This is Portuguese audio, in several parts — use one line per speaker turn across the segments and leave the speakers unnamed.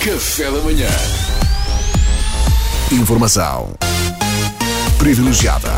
Café da manhã. Informação privilegiada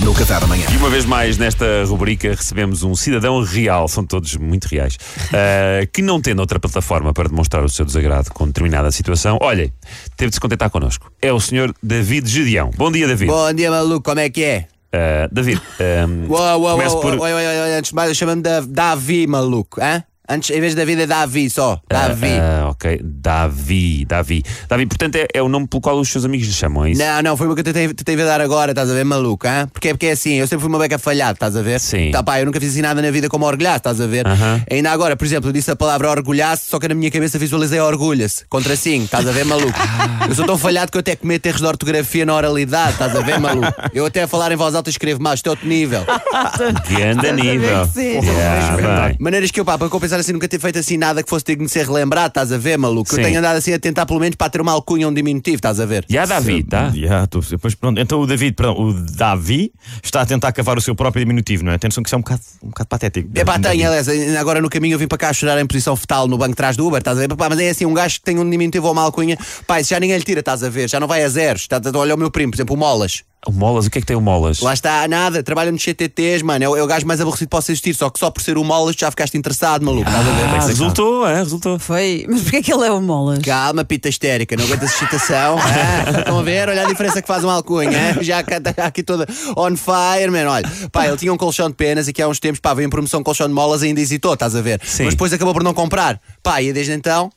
no Café da manhã.
E uma vez mais, nesta rubrica, recebemos um cidadão real, são todos muito reais, ah, que não tendo outra plataforma para demonstrar o seu desagrado com determinada situação, olhem, teve de se contentar connosco. É o senhor David Gedeão. Bom dia, David.
Bom dia, maluco, como é que é?
Ah, David, ahm,
Uou, uou,
começo
uou,
por.
uou, uou, uou, antes de mais, chama-me da- Davi, maluco, hã? Antes, em vez de David, é Davi só. Davi.
Ah, ok, Davi, Davi. Davi, portanto, é, é o nome pelo qual os seus amigos lhe chamam, é isso?
Não, não, foi uma que eu tentei, tentei dar agora, estás a ver, maluco, hã? Porque é porque é assim, eu sempre fui uma beca falhada, estás a ver?
Sim.
Tá, pá, eu nunca fiz assim nada na vida como orgulhar, estás a ver?
Aham.
Ainda agora, por exemplo, eu disse a palavra orgulhar-se, só que na minha cabeça visualizei orgulha-se, contra sim, estás a ver, maluco? eu sou tão falhado que eu até cometo erros de ortografia na oralidade, estás a ver, maluco? Eu até a falar em voz alta escrevo mal, estou a outro nível.
Grande nível. Yeah, bem.
Maneiras que eu, pá, para compensar assim, nunca ter feito assim nada que fosse digno de ser relembrado, estás a ver, maluco?
Sim.
Eu tenho andado assim a tentar, pelo menos, para ter uma alcunha, um diminutivo, estás a ver?
Yeah, Davi, tá?
Yeah, tô a perceber. Pois pronto, então o David, perdão, o Davi está a tentar cavar o seu próprio diminutivo, não é? Atenção que isso é um bocado, um bocado patético.
É pá, tenho, aliás, ainda agora no caminho eu vim para cá chorar em posição fetal no banco de trás do Uber, estás a ver? Pá, mas é assim, um gajo que tem um diminutivo ou uma alcunha, pá, isso já ninguém lhe tira, estás a ver? Já não vai a zeros. Estás a- Olha o meu primo, por exemplo, o Molas.
O Molas, o que é que tem o Molas?
Lá está, nada, trabalha nos CTTs, mano. É o, é o gajo mais aborrecido que possa existir, só que só por ser o Molas tu já ficaste interessado, maluco, estás a ver?
Ah, resultou, é, resultou.
Foi. Mas porquê é que ele é o Molas?
Calma, pita histérica, não aguentas excitação. ah, estão a ver? Olha a diferença que faz um alcunha. ah, Já cá está aqui toda on fire, man. Olha, pá, ele tinha um colchão de penas e que há uns tempos, pá, veio em promoção um colchão de molas e ainda hesitou, estás a ver?
Sim.
Mas depois acabou por não comprar. Pá, e desde então.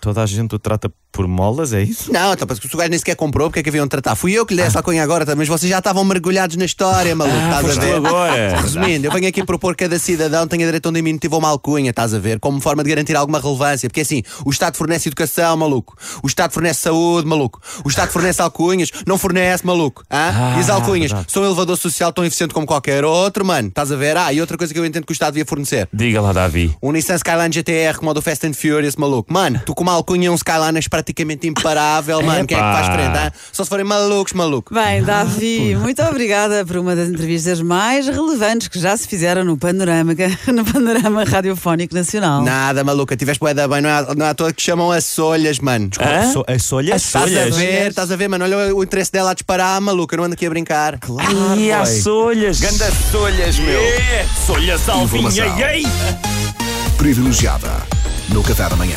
Toda a gente o trata por molas, é isso?
Não, então, porque se o gajo nem sequer comprou, porque é que haviam de tratar? Fui eu que lhe dei essa alcunha agora, tá? mas vocês já estavam mergulhados na história, maluco, estás
Ah, Foste
a
tu
ver?
agora.
Resumindo, eu venho aqui propor que cada cidadão tenha direito a um diminutivo ou uma alcunha, estás a ver? Como forma de garantir alguma relevância. Porque assim, o Estado fornece educação, maluco. O Estado fornece saúde, maluco. O Estado fornece alcunhas, não fornece, maluco. Hã? e as alcunhas são um elevador social tão eficiente como qualquer outro, mano. Estás a ver? Ah, e outra coisa que eu entendo que o Estado devia fornecer.
Diga lá, Davi.
Um Nissan Skyline GTR como o do Fast and Furious, maluco. Mano, tu com uma alcunha e um Skyline és praticamente imparável, mano. Quem é que
Epá.
faz frente, hã? Só se forem malucos, maluco.
Bem, Davi, muito obrigada por uma das entrevistas mais relevantes que já se fizeram no panorama, no panorama radiofónico nacional.
Nada, maluca, tiveste boeda bem, não é, à- não é à toa que chamam as solhas, mano.
É,
Desculpa.
Hã?
So, as solhas?
Estás a ver, estás a ver, mano. Olha o interesse dela a disparar, maluca. Não ando aqui a brincar.
E as olhas.
Ganda solhas, meu.
É, solhas alvinha,
Informação.
ei!
Privilegiada no Café da manhã.